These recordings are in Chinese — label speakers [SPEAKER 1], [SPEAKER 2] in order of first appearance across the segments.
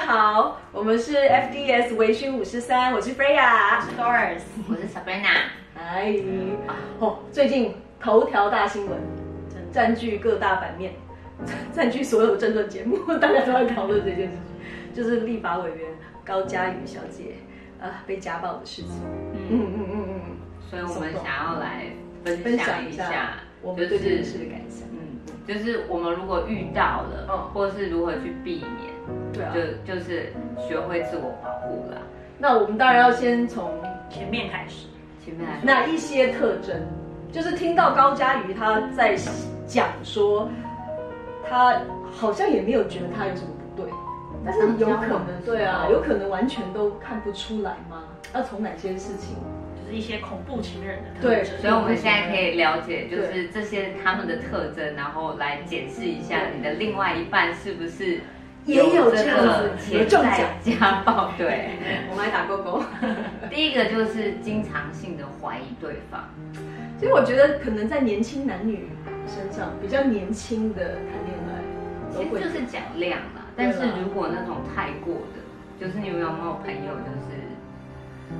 [SPEAKER 1] 好，我们是 FDS 微醺五十三，我是 Freya。
[SPEAKER 2] Doris，我是 Sabrina，
[SPEAKER 1] 哎，哦，最近头条大新闻
[SPEAKER 2] 真的
[SPEAKER 1] 占据各大版面， 占据所有政论节目， 大家都在讨论这件事情，就是立法委员高嘉瑜小姐啊、被家暴的事情。嗯
[SPEAKER 2] 嗯，
[SPEAKER 1] 嗯嗯嗯嗯。
[SPEAKER 2] 所以我们想要来分
[SPEAKER 1] 分
[SPEAKER 2] 享
[SPEAKER 1] 享
[SPEAKER 2] 一
[SPEAKER 1] 一
[SPEAKER 2] 下
[SPEAKER 1] 下，我
[SPEAKER 2] 就
[SPEAKER 1] 们对这件
[SPEAKER 2] 是
[SPEAKER 1] 事的感想。
[SPEAKER 2] 嗯，就是我们如果遇到了，
[SPEAKER 1] 嗯
[SPEAKER 2] 或是如何去避免，
[SPEAKER 1] 对啊，
[SPEAKER 2] 就就是学会自我保护啦。
[SPEAKER 1] 那我们当然要先从
[SPEAKER 3] 前面开始，
[SPEAKER 2] 前面来说
[SPEAKER 1] 哪一些特征，就是听到高佳瑜她在讲说，她好像也没有觉得她有什么不对，但是有可能对啊，有可能完全都看不出来吗？要从哪些事情？
[SPEAKER 3] 就是一些恐怖情人的特
[SPEAKER 1] 对
[SPEAKER 3] 征
[SPEAKER 2] 所以我们现在可以了解，就是这些他们的特征，然后来检视一下你的另外一半是不是
[SPEAKER 1] 也有这
[SPEAKER 2] 这
[SPEAKER 1] 样
[SPEAKER 2] 个
[SPEAKER 1] 子
[SPEAKER 2] 潜
[SPEAKER 1] 中
[SPEAKER 2] 在
[SPEAKER 1] 奖
[SPEAKER 2] 家暴。 对，
[SPEAKER 1] 我们来打勾勾。
[SPEAKER 2] 第一个就是经常性的怀疑对方，
[SPEAKER 1] 所以我觉得可能在年轻男女身上，比较年轻的谈恋爱都
[SPEAKER 2] 其实
[SPEAKER 1] 会
[SPEAKER 2] 就。是讲量啦。
[SPEAKER 1] 对啊
[SPEAKER 2] 但
[SPEAKER 1] 啦
[SPEAKER 2] 是如果那种太过的，就是你们有没有朋友就是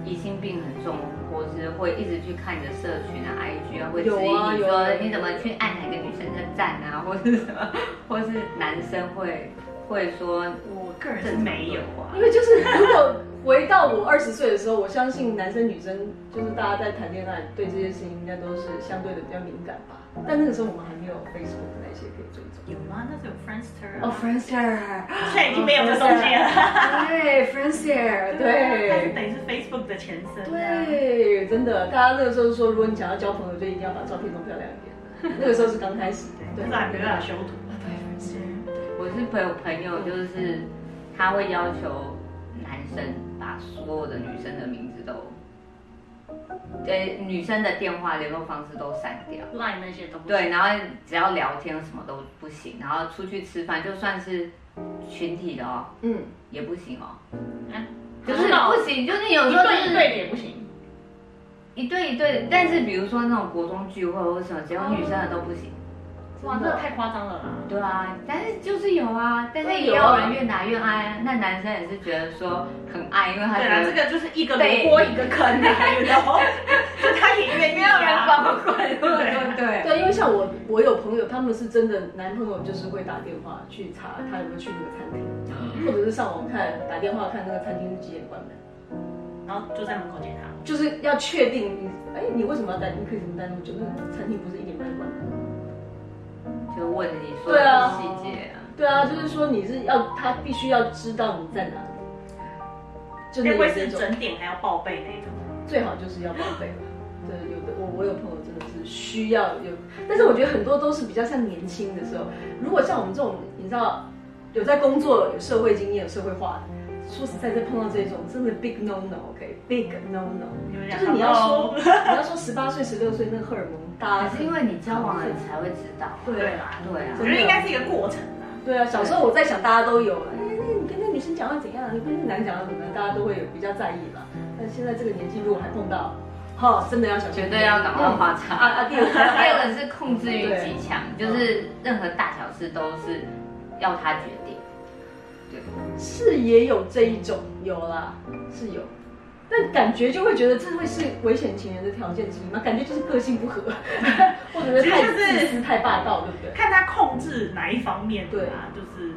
[SPEAKER 2] 疑心病很重，或是会一直去看你的社群啊、IG 啊，会质
[SPEAKER 1] 有啊
[SPEAKER 2] 疑你
[SPEAKER 1] 有啊
[SPEAKER 2] 说你怎么去按哪个女生的赞啊， 或是什么，或是男生会会说
[SPEAKER 3] 我个人是没有啊
[SPEAKER 1] 因，为就是如果回到我二十岁的时候，我相信男生女生就是大家在谈恋爱，对这些事情应该都是相对的比较敏感吧。但那个时候我们还没有 Facebook 那些可以追踪。
[SPEAKER 3] 有吗？那是有 Friendster
[SPEAKER 1] 哦
[SPEAKER 3] 啊，
[SPEAKER 1] ，Friendster，
[SPEAKER 3] 现在已经没有这东西了。
[SPEAKER 1] 对，Friendster，
[SPEAKER 3] 它是
[SPEAKER 1] 哎对。啊
[SPEAKER 3] 等于是 Facebook 的前身。，啊
[SPEAKER 1] 对，真的，大家那个时候说，如果你想要交朋友，就一定要把照片弄漂亮 一点。那个时候是刚开始，
[SPEAKER 3] 对，就是还没办法修图。
[SPEAKER 1] 对
[SPEAKER 2] 我是朋友朋友，就是他会要求男生把所有的女生的名字都，呃、女生的电话联络方式都删掉。
[SPEAKER 3] Line 那些都不
[SPEAKER 2] 对，然后只要聊天什么都不行，然后出去吃饭就算是群体的哦，
[SPEAKER 1] 嗯，
[SPEAKER 2] 也不行哦，
[SPEAKER 3] 啊
[SPEAKER 2] 就是不行，就是有
[SPEAKER 3] 一
[SPEAKER 2] 时候就
[SPEAKER 3] 对一对
[SPEAKER 2] 是
[SPEAKER 3] 的也不行。
[SPEAKER 2] 一对一对的，但是比如说那种国中聚会或什么，只要女生的都不行。
[SPEAKER 3] 哇，这太夸张了啦！
[SPEAKER 2] 对啊，但是就是有啊，但是也
[SPEAKER 1] 有
[SPEAKER 2] 有
[SPEAKER 1] 啊
[SPEAKER 2] 人越打越爱啊。那男生也是觉得说很爱，因为他
[SPEAKER 3] 对啊
[SPEAKER 2] 觉
[SPEAKER 3] 啦，
[SPEAKER 2] 得
[SPEAKER 3] 这个就是一个萝卜一个坑的，你知道吗？就他也愿意
[SPEAKER 2] 没
[SPEAKER 3] 啊
[SPEAKER 2] 有人管我管，对对对。
[SPEAKER 1] 对，因为像我，我有朋友，他们是真的男朋友就是会打电话去查他有没有去那个餐厅。或者是上网看，打电话看那个餐厅几点关门，
[SPEAKER 3] 然后就在门口接他。
[SPEAKER 1] 就是要确定你，哎，你为什么要待？你可以怎么待那么久？那餐厅不是一点半关门？
[SPEAKER 2] 就问你说
[SPEAKER 1] 对
[SPEAKER 2] 的
[SPEAKER 1] 啊
[SPEAKER 2] 细节啊。
[SPEAKER 1] 对啊，就是说你是要他必须要知道你在哪里，就
[SPEAKER 3] 会
[SPEAKER 1] 那
[SPEAKER 3] 不会
[SPEAKER 1] 个
[SPEAKER 3] 哎是
[SPEAKER 1] 这种
[SPEAKER 3] 整点还要报备那种？
[SPEAKER 1] 最好就是要报备了。对，有的我我有朋友真的是需要有，但是我觉得很多都是比较像年轻的时候，如果像我们这种你知道有在工作、有社会经验、有社会化的。说实在，在碰到这种真的 big no no，OK，big、no no，就是你要
[SPEAKER 3] 哦
[SPEAKER 1] 说，你要说十八岁、十六岁那个荷尔蒙，大家
[SPEAKER 2] 可是因为你交往了，你才会知道。
[SPEAKER 1] 对
[SPEAKER 3] 对
[SPEAKER 1] 啊，
[SPEAKER 3] 啦，
[SPEAKER 2] 对啊
[SPEAKER 3] 我，觉得应该是一个过程啦。
[SPEAKER 1] 对啊。小时候我在想，大家都有，哎，那你跟那女生讲话怎样？你跟那男讲话怎么样？大家都会有比较在意吧。但现在这个年纪，如果还碰到，哈、真的要小心，
[SPEAKER 2] 绝对要赶快花
[SPEAKER 1] 啊
[SPEAKER 2] 茶。
[SPEAKER 1] 啊！ 第二个，
[SPEAKER 2] 第
[SPEAKER 1] 还有
[SPEAKER 2] 二个是控制欲极强，就是任何大小事都是要他决定。
[SPEAKER 1] 是也有这一种，有啦，是有。但感觉就会觉得这会是危险情人的条件之一吗？感觉就是个性不合， 或者是太自私、太霸道，对不对？
[SPEAKER 3] 看他控制哪一方面
[SPEAKER 1] 对
[SPEAKER 3] 啊，就是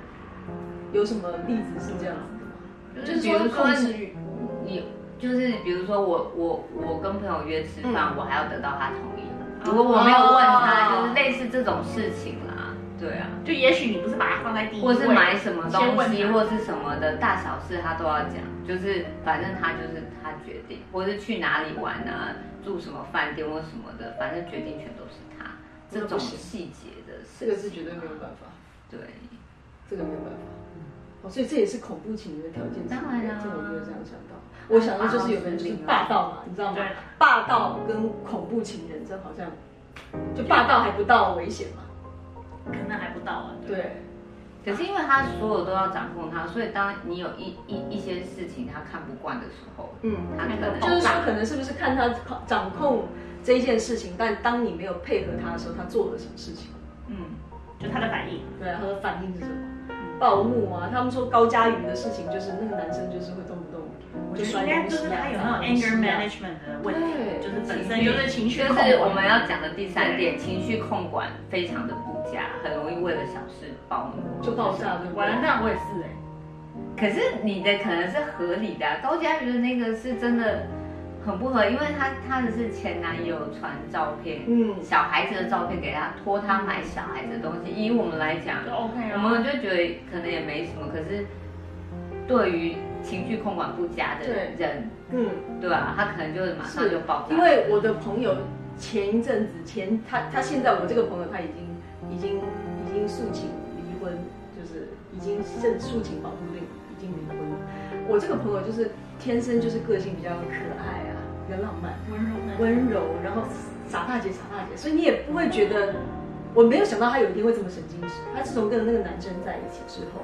[SPEAKER 1] 有什么例子是这样子的吗？
[SPEAKER 2] 就是比如说你，就是比如说我我我跟朋友约吃饭，我还要得到他同意。如果我没有问他，
[SPEAKER 1] 哦
[SPEAKER 2] 就是类似这种事情啦。对啊，
[SPEAKER 3] 就也许你不是把它放在第一
[SPEAKER 2] 或
[SPEAKER 3] 位，
[SPEAKER 2] 是买什么
[SPEAKER 3] 先
[SPEAKER 2] 东
[SPEAKER 3] 问
[SPEAKER 2] 西
[SPEAKER 3] 他
[SPEAKER 2] 或是什么的大小事，他都要讲，就是反正他就是他决定，或是去哪里玩啊，住什么饭店或什么的，反正决定权都是他。这种细节的事，
[SPEAKER 1] 这
[SPEAKER 2] 啊
[SPEAKER 1] 个是绝对没有办法，
[SPEAKER 2] 对，
[SPEAKER 1] 这个没有办法。哦，所以这也是恐怖情人的条件之一。
[SPEAKER 2] 当然啦
[SPEAKER 1] 这我没有这样想到。我想到就是有人就是霸道嘛，你知道吗
[SPEAKER 3] 对？
[SPEAKER 1] 霸道跟恐怖情人，这好像就霸道还不到危险嘛。
[SPEAKER 3] 可能还不到啊，对，
[SPEAKER 1] 对，
[SPEAKER 2] 可是因为他所有都要掌控他，所以当你有一一一些事情他看不惯的时候，
[SPEAKER 1] 嗯，
[SPEAKER 2] 他可能
[SPEAKER 1] 就是说可能是不是看他掌控这一件事情，但当你没有配合他的时候，他做了什么事情？
[SPEAKER 3] 嗯，就他的反应，
[SPEAKER 1] 对啊，他的反应是什么？暴怒啊，他们说高佳瑜的事情，就是那个男生就是会动不动
[SPEAKER 3] 我
[SPEAKER 1] 就
[SPEAKER 3] 觉得
[SPEAKER 1] 摔东
[SPEAKER 3] 应该
[SPEAKER 1] 西
[SPEAKER 3] 就
[SPEAKER 1] 啊
[SPEAKER 3] 是他有那
[SPEAKER 1] 砸
[SPEAKER 3] 种
[SPEAKER 1] 东西啊
[SPEAKER 3] anger management 的问
[SPEAKER 1] 对
[SPEAKER 3] 题，就是本身就是情绪
[SPEAKER 2] 就
[SPEAKER 3] 控
[SPEAKER 2] 是
[SPEAKER 3] 管
[SPEAKER 2] 我们要讲的第三点，情绪控管非常的不佳，很容易为了小事暴怒，
[SPEAKER 1] 就爆炸，对不
[SPEAKER 3] 完了，
[SPEAKER 1] 对？
[SPEAKER 3] 那我也是哎、
[SPEAKER 2] 可是你的可能是合理的啊、高佳瑜的那个是真的很不合，因为她她的是前男友传照片，
[SPEAKER 1] 嗯，
[SPEAKER 2] 小孩子的照片给她，托她买小孩子的东西。以我们来讲，
[SPEAKER 3] 就 OK 啊。
[SPEAKER 2] 我们就觉得可能也没什么，可是对于情绪控管不佳的
[SPEAKER 1] 对
[SPEAKER 2] 人，
[SPEAKER 1] 嗯，
[SPEAKER 2] 对吧、啊他可能就是马上就爆炸，
[SPEAKER 1] 因为我的朋友前一阵子前他他现在我这个朋友他已经已经已经诉请离婚，就是已经正诉请保护令，已经离婚了。我这个朋友就是天生就是个性比较可爱啊，比较浪漫。
[SPEAKER 3] 温柔的
[SPEAKER 1] 温柔，然后傻大姐傻大姐，所以你也不会觉得，我没有想到她有一天会这么神经质。她自从跟那个男生在一起之后，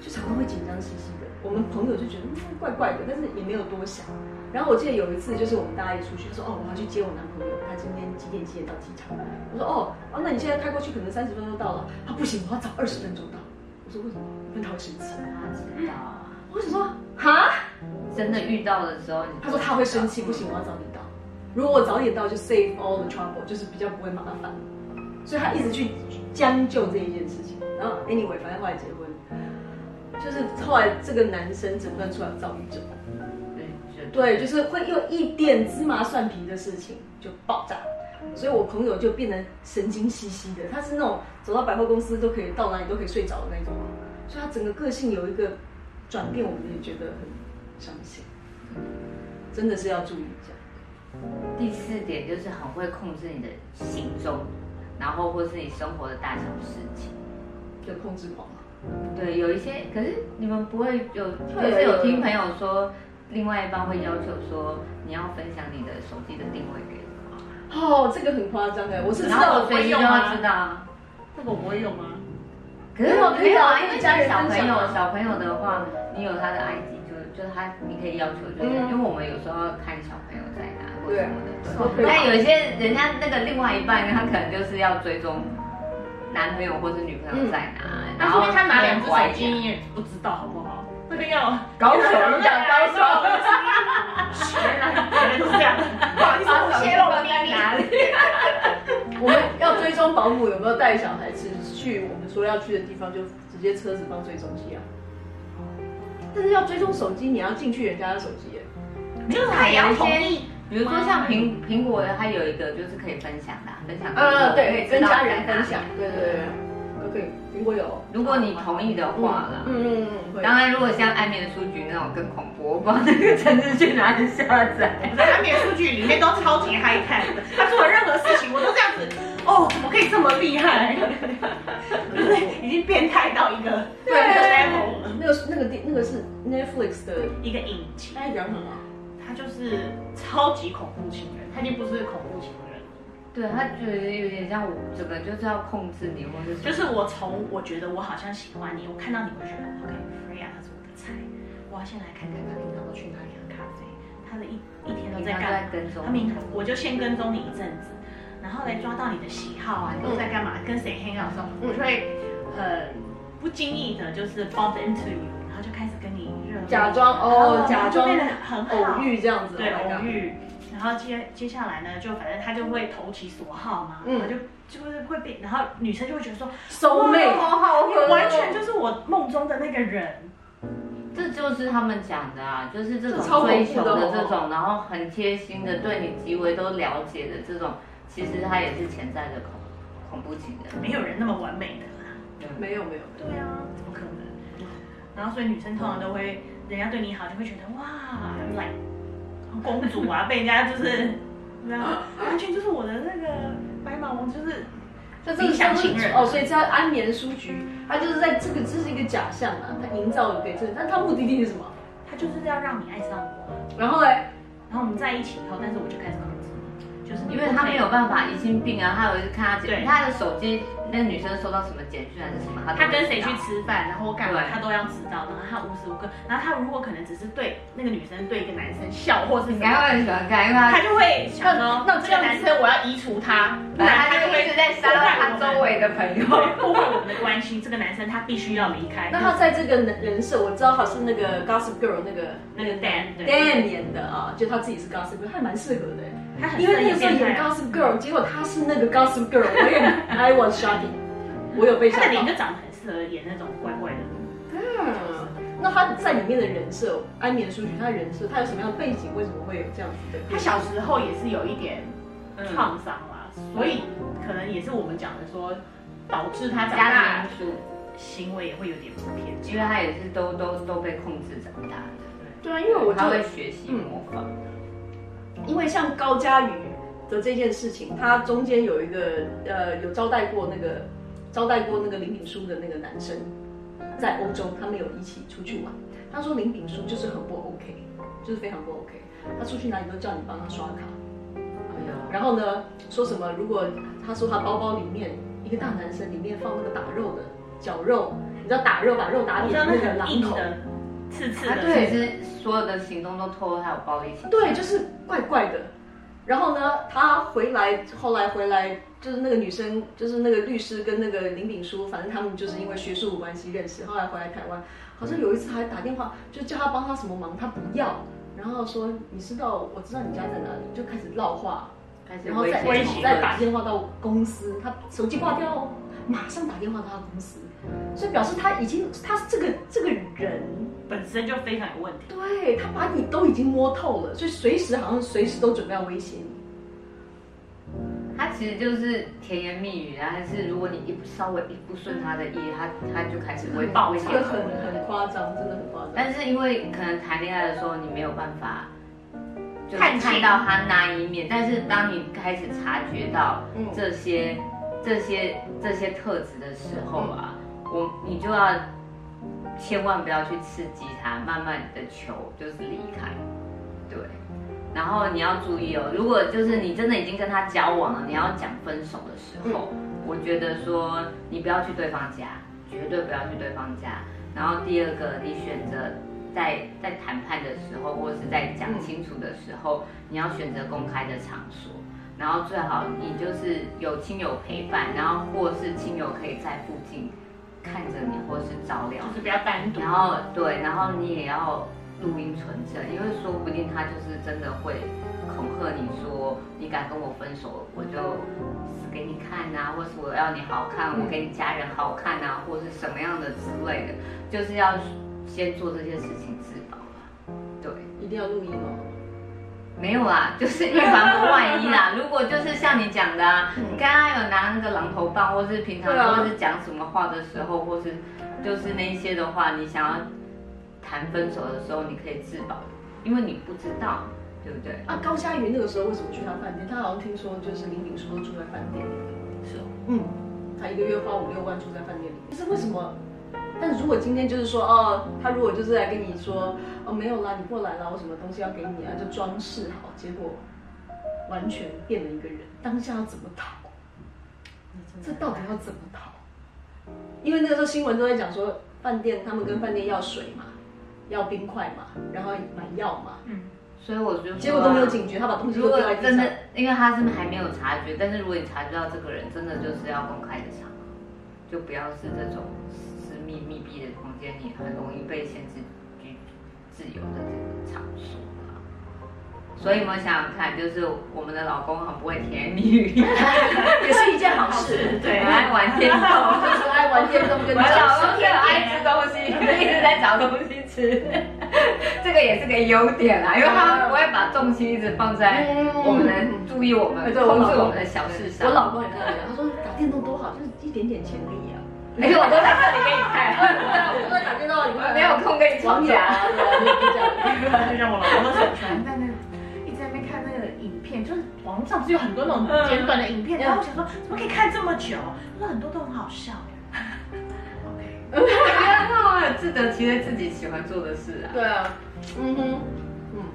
[SPEAKER 1] 就常常会紧张兮兮的。我们朋友就觉得嗯怪怪的，但是也没有多想。然后我记得有一次，就是我们大家一起出去，她说哦我要去接我男朋友，他今天几点几点到机场？我说哦哦，那你现在开过去可能三十分钟就到了。她不行，我要早二十分钟到。我说为什么？问她会生气。
[SPEAKER 2] 他知道啊。
[SPEAKER 1] 我想说哈，
[SPEAKER 2] 真的遇到的时候，
[SPEAKER 1] 她说她会生气，不行，我要早点到。如果我早点到，就 save all the trouble，就是比较不会麻烦。所以她一直去将就这一件事情。然后 anyway，反正后来结婚，就是后来这个男生诊断出来有躁郁症，
[SPEAKER 2] 对，就
[SPEAKER 1] 对，就是会用一点芝麻蒜皮的事情就爆炸。所以我朋友就变得神经兮兮的，他是那种走到百货公司都可以到哪里都可以睡着的那种，所以他整个个性有一个转变，我们也觉得很伤心，真的是要注意一下。
[SPEAKER 2] 第四点就是很会控制你的行踪，然后或是你生活的大小事情。
[SPEAKER 1] 有控制狂吗？
[SPEAKER 2] 对，有一些，可是你们不会有，
[SPEAKER 1] 会
[SPEAKER 2] 就是有听朋友说，另外一半会要求说你要分享你的手机的定位给我，
[SPEAKER 1] 哦，这个很夸张哎，我是知
[SPEAKER 2] 然后
[SPEAKER 1] 道
[SPEAKER 2] 我
[SPEAKER 1] 我
[SPEAKER 2] 随
[SPEAKER 1] 朋
[SPEAKER 2] 机
[SPEAKER 1] 友
[SPEAKER 2] 就
[SPEAKER 1] 吗？
[SPEAKER 2] 要知道啊。
[SPEAKER 3] 这个我不会用啊。
[SPEAKER 2] 可是
[SPEAKER 1] 没有
[SPEAKER 2] 没有啊，因
[SPEAKER 1] 可
[SPEAKER 2] 为
[SPEAKER 1] 以
[SPEAKER 2] 你
[SPEAKER 1] 找
[SPEAKER 2] 小
[SPEAKER 1] 可以找人分
[SPEAKER 2] 朋
[SPEAKER 1] 享
[SPEAKER 2] 友
[SPEAKER 1] 啊
[SPEAKER 2] 小朋友的话，你有他的 ID，就就他你可以要求，就是、
[SPEAKER 1] 嗯
[SPEAKER 2] 因为我们有时候要看小朋友在哪或
[SPEAKER 1] 对
[SPEAKER 2] 什么的。对
[SPEAKER 1] 都可以
[SPEAKER 2] 但有一些人家那个另外一半，他可能就是要追踪男朋友或是女朋友在哪，
[SPEAKER 1] 嗯
[SPEAKER 3] 那说明他拿两只
[SPEAKER 2] 怀
[SPEAKER 3] 手
[SPEAKER 2] 疑
[SPEAKER 3] 机你也不知道好不好？那个要
[SPEAKER 2] 高手你讲 高 手，
[SPEAKER 3] 手，啊原来原来是这样，不好意思，我泄露
[SPEAKER 2] 放
[SPEAKER 3] 秘
[SPEAKER 2] 在
[SPEAKER 3] 密。
[SPEAKER 2] 哪里？
[SPEAKER 1] 我们要追踪保姆有没有带小孩子去我们说要去的地方，就直接车子放追踪器啊。但是要追踪手机，你要进去人家的手机耶。
[SPEAKER 3] 就是他也要同意，
[SPEAKER 2] 比如说像苹苹果的，它有一个就是可以分享的啊，分享给我
[SPEAKER 1] 呃对，跟家人分享。，
[SPEAKER 2] 可
[SPEAKER 1] 对
[SPEAKER 2] 以
[SPEAKER 1] 对对
[SPEAKER 2] 知道在哪里
[SPEAKER 1] 都可以。苹果有。
[SPEAKER 2] 如果你同意的话啦。
[SPEAKER 1] 嗯嗯嗯，会。
[SPEAKER 2] 当然，如果像《暗面书局》那种更恐怖，我不知道那个城市去哪里下载。
[SPEAKER 3] 我在安眠数据里面都超级 high tech 的，他做的任何事情我都这样子，哦，怎么可以这么厉害？就是已经变态到一个
[SPEAKER 1] 对啊
[SPEAKER 3] 一个 level 了，
[SPEAKER 1] 那个是那个电那个是 Netflix 的，
[SPEAKER 3] 一个影集，
[SPEAKER 1] 那一讲什么？
[SPEAKER 3] 他就是超级恐怖情人，他已经不是恐怖情人了。
[SPEAKER 2] 对他觉得有点像我，整个就是要控制你，或者什么
[SPEAKER 3] 就是我从我觉得我好像喜欢你，我看到你会觉得 OK Freya 她是我的菜，我要先来看看他平常都去哪里喝咖啡，他的一一天都
[SPEAKER 2] 你
[SPEAKER 3] 在
[SPEAKER 2] 刚刚
[SPEAKER 3] 干
[SPEAKER 2] 在
[SPEAKER 3] 嘛，
[SPEAKER 2] 跟踪
[SPEAKER 3] 他平常我就先跟踪你一阵子，然后来抓到你的喜好啊，你都在干嘛，跟谁 hang out 的时候，我就会很不经意的，就是 bump into you，然后就开始跟你热络
[SPEAKER 1] 假装哦，
[SPEAKER 3] 然后
[SPEAKER 1] 假装
[SPEAKER 3] 就变得很好
[SPEAKER 1] 偶遇这样子。
[SPEAKER 3] 对
[SPEAKER 1] Oh my god
[SPEAKER 3] 偶遇，然后接接下来呢，就反正他就会投其所好嘛，
[SPEAKER 1] 嗯
[SPEAKER 3] 然后就就是会变，然后女生就会觉得说，
[SPEAKER 1] ，soul mate。
[SPEAKER 2] 好好
[SPEAKER 1] 嗯
[SPEAKER 3] 你完全就是我梦中的那个人，
[SPEAKER 2] 这就是他们讲的啊，就是这
[SPEAKER 1] 这超恐怖
[SPEAKER 2] 种
[SPEAKER 1] 的
[SPEAKER 2] 追求的这
[SPEAKER 1] 好
[SPEAKER 2] 种，然后很贴心的，对你极为都了解的这种，其实他也是潜在的恐恐怖情人。
[SPEAKER 3] 没有人那么完美的啦。
[SPEAKER 2] 嗯
[SPEAKER 1] 没有没有，
[SPEAKER 3] 对啊，怎么可能？然后所以女生通常都会，人家对你好就会觉得哇，like 公主啊，被人家就是， 对啊，完全就是我的那个白马王，就是
[SPEAKER 1] 那这个
[SPEAKER 3] 理想
[SPEAKER 1] 就是
[SPEAKER 3] 情人啊
[SPEAKER 1] 哦，所以叫安眠书局，它就是在这个这是一个假象啊，它营造给这个，但它目的地是什么？
[SPEAKER 3] 他就是要让你爱上我，
[SPEAKER 1] 然后嘞，
[SPEAKER 3] 然后我们在一起以后，但是我就开始控制你，就是你
[SPEAKER 2] 因为他没有办法疑心病啊，还有就是看他姐
[SPEAKER 3] 对
[SPEAKER 2] 他的手机那女生收到什么简讯还是什么，她
[SPEAKER 3] 他
[SPEAKER 2] 都
[SPEAKER 3] 跟
[SPEAKER 2] 会
[SPEAKER 3] 谁
[SPEAKER 2] 知道
[SPEAKER 3] 去吃饭，然后干嘛
[SPEAKER 2] 对，
[SPEAKER 3] 他都要知道。然后他无时无刻，然后他如果可能只是对那个女生对一个男生笑，或是
[SPEAKER 2] 你
[SPEAKER 3] 什
[SPEAKER 2] 该
[SPEAKER 3] 么，
[SPEAKER 2] 会很喜欢看，因为
[SPEAKER 3] 他
[SPEAKER 2] 他
[SPEAKER 3] 就会想说，
[SPEAKER 1] 那那
[SPEAKER 3] 这个男生我要移除他，不然他
[SPEAKER 2] 他
[SPEAKER 3] 就
[SPEAKER 2] 就
[SPEAKER 3] 会
[SPEAKER 2] 一直在杀到他周围的朋友。
[SPEAKER 3] 对破坏我们的关系。这个男生他必须要离开。
[SPEAKER 1] 那他在这个人设，我知道他是那个 Gossip Girl 那个
[SPEAKER 3] 那个 Dan，对
[SPEAKER 1] Dan 演的啊，就他自己是 Gossip Girl，还蛮适合的。
[SPEAKER 3] 他很啊
[SPEAKER 1] 因为那个时候
[SPEAKER 3] 生气
[SPEAKER 1] 演 Gossip Girl，结果他是那个 Gossip Girl，我也 I was shocking，我有被吓
[SPEAKER 3] 他的
[SPEAKER 1] 到
[SPEAKER 3] 脸。就长得很适合演那种怪怪的。
[SPEAKER 1] 嗯，那他在里面的人设，安眠书局他的人设，他有什么样的背景？为什么会有这样子的？
[SPEAKER 3] 他小时候也是有一点
[SPEAKER 2] 嗯
[SPEAKER 3] 创伤啦，所以可能也是我们讲的说，导致他长
[SPEAKER 2] 家
[SPEAKER 3] 大
[SPEAKER 2] 庭因素，
[SPEAKER 3] 行为也会有点不偏
[SPEAKER 2] 因为他也是都都都被控制长大的，
[SPEAKER 1] 对啊，因为我就
[SPEAKER 2] 他会学习模仿。
[SPEAKER 1] 因为像高佳瑜的这件事情，他中间有一个呃有招待过那个招待过那个林炳书的那个男生，在欧洲他们有一起出去玩，他说林炳书就是很不 OK，就是非常不 OK，他出去哪里都叫你帮他刷卡，
[SPEAKER 2] 哎呦
[SPEAKER 1] 然后呢说什么如果他说他包包里面一个大男生里面放那个打肉的绞肉，你知道打肉把肉打
[SPEAKER 3] 你
[SPEAKER 1] 扁
[SPEAKER 3] 知道
[SPEAKER 1] 的
[SPEAKER 3] 那
[SPEAKER 1] 啊那个
[SPEAKER 3] 个
[SPEAKER 1] 榔
[SPEAKER 3] 硬
[SPEAKER 1] 头。
[SPEAKER 3] 的、刺刺
[SPEAKER 2] 他
[SPEAKER 3] 的，
[SPEAKER 1] 对
[SPEAKER 2] 其实所有的行动都透露他有暴力倾向。
[SPEAKER 1] 对，就是怪怪的。然后呢，他回来，后来回来，就是那个女生，就是那个律师跟那个林炳书，反正他们就是因为学术关系认识。后来回来台湾，好像有一次还打电话，就叫他帮他什么忙，他不要，然后说你知道，我知道你家在哪里，就开始唠话，
[SPEAKER 2] 开始
[SPEAKER 1] 然后再
[SPEAKER 2] 威胁
[SPEAKER 1] 再打电话到公司，他手机挂掉哦，马上打电话到他公司，所以表示他已经他这个这个人
[SPEAKER 3] 本身就非常有问题。
[SPEAKER 1] 对他把你都已经摸透了，所以随时好像随时都准备要威胁你。
[SPEAKER 2] 他其实就是甜言蜜语啊，但是如果你一不稍微一不顺他的意，他他就开始会
[SPEAKER 3] 暴力
[SPEAKER 1] 这个很很夸张，真的很夸张。
[SPEAKER 2] 但是因为可能谈恋爱的时候你没有办法，就是
[SPEAKER 3] 看
[SPEAKER 2] 看
[SPEAKER 3] 清
[SPEAKER 2] 到他那一面，但是当你开始察觉到
[SPEAKER 1] 嗯
[SPEAKER 2] 这些、这些这些特质的时候啊，我你就要千万不要去刺激他，慢慢的求就是离开，对。然后你要注意哦，如果就是你真的已经跟他交往了，你要讲分手的时候，我觉得说你不要去对方家，绝对不要去对方家。然后第二个，你选择在在谈判的时候，或是在讲清楚的时候，你要选择公开的场所。然后最好你就是有亲友陪伴，然后或是亲友可以在附近看着你，或是照料
[SPEAKER 3] 就
[SPEAKER 2] 你
[SPEAKER 3] 是不要单独，
[SPEAKER 2] 然后对，然后你也要录音存证，因为说不定他就是真的会恐吓你说，你敢跟我分手，我就死给你看呐、或是我要你好
[SPEAKER 3] 嗯
[SPEAKER 2] 看，我给你家人好看呐、或是什么样的之类的，就是要先做这些事情自保啦。对，
[SPEAKER 1] 一定要录音哦。
[SPEAKER 2] 没有啦，就是预防万一 啦。如果就是像你讲的、啊，你刚刚有拿那个榔头棒，或是平常
[SPEAKER 1] 对啊
[SPEAKER 2] 或是讲什么话的时候，或是就是那一些的话，你想要谈分手的时候，你可以自保，因为你不知道，对不对？
[SPEAKER 1] 啊，高佳瑜那个时候为什么去他饭店？他好像听说就是林炳书都住在饭店里，
[SPEAKER 3] 是哦
[SPEAKER 1] 嗯，他一个月花五六万住在饭店里，但是为什么？但如果今天就是说，哦，他如果就是来跟你说，哦，没有啦，你过来啦，我什么东西要给你啊，就装饰好，结果完全变了一个人，当下要怎么逃？这到底要怎么逃？因为那个时候新闻都在讲说，饭店他们跟饭店要水嘛，要冰块嘛，然后买药嘛，
[SPEAKER 3] 嗯，
[SPEAKER 2] 所以我就说啊
[SPEAKER 1] 结果都没有警觉，他把东西
[SPEAKER 2] 如
[SPEAKER 1] 都
[SPEAKER 2] 果
[SPEAKER 1] 丢在地
[SPEAKER 2] 真
[SPEAKER 1] 上
[SPEAKER 2] 的。，因为他是还没有察觉，但是如果你察觉到这个人，真的就是要公开的场合，就不要是这种私密密闭的空间，你很容易被限制居自由的这个场所啊。所以我们想想看，就是我们的老公很不会甜言蜜语，
[SPEAKER 1] 也是一件好
[SPEAKER 3] 好事
[SPEAKER 1] 事。
[SPEAKER 3] 对
[SPEAKER 2] 很爱玩电动，
[SPEAKER 1] 就是爱哎玩电动
[SPEAKER 2] 我
[SPEAKER 1] 跟
[SPEAKER 2] 的老公
[SPEAKER 1] 找
[SPEAKER 2] 也很爱吃东西，一直在找东西吃， 这个也是个优点啊啦，因为他们不会把重心一直放在。我们能注意我们，
[SPEAKER 1] 哎
[SPEAKER 2] 控
[SPEAKER 1] 对我老公
[SPEAKER 2] 制我们的小事上。
[SPEAKER 1] 嗯我老公也这样讲，他说打电动多好，就是一点点钱而已啊。
[SPEAKER 2] 而且哎我都在这里给你看，
[SPEAKER 1] 我都在打电动，你
[SPEAKER 2] 没有空跟你
[SPEAKER 1] 网
[SPEAKER 2] 吵
[SPEAKER 1] 友啊，
[SPEAKER 2] 架。
[SPEAKER 1] 对啊，就是这 样。
[SPEAKER 3] 就让我老公手
[SPEAKER 4] 喜欢在那一直在那边看那个影片，就是网络上不是有很多那种
[SPEAKER 3] 嗯
[SPEAKER 4] 简短的影片，然后我想说
[SPEAKER 3] 怎么可以看这么久？他说很多都很好笑耶。
[SPEAKER 2] 我觉得他们很自得其乐自己喜欢做的事啊。
[SPEAKER 1] 对啊，嗯哼，嗯。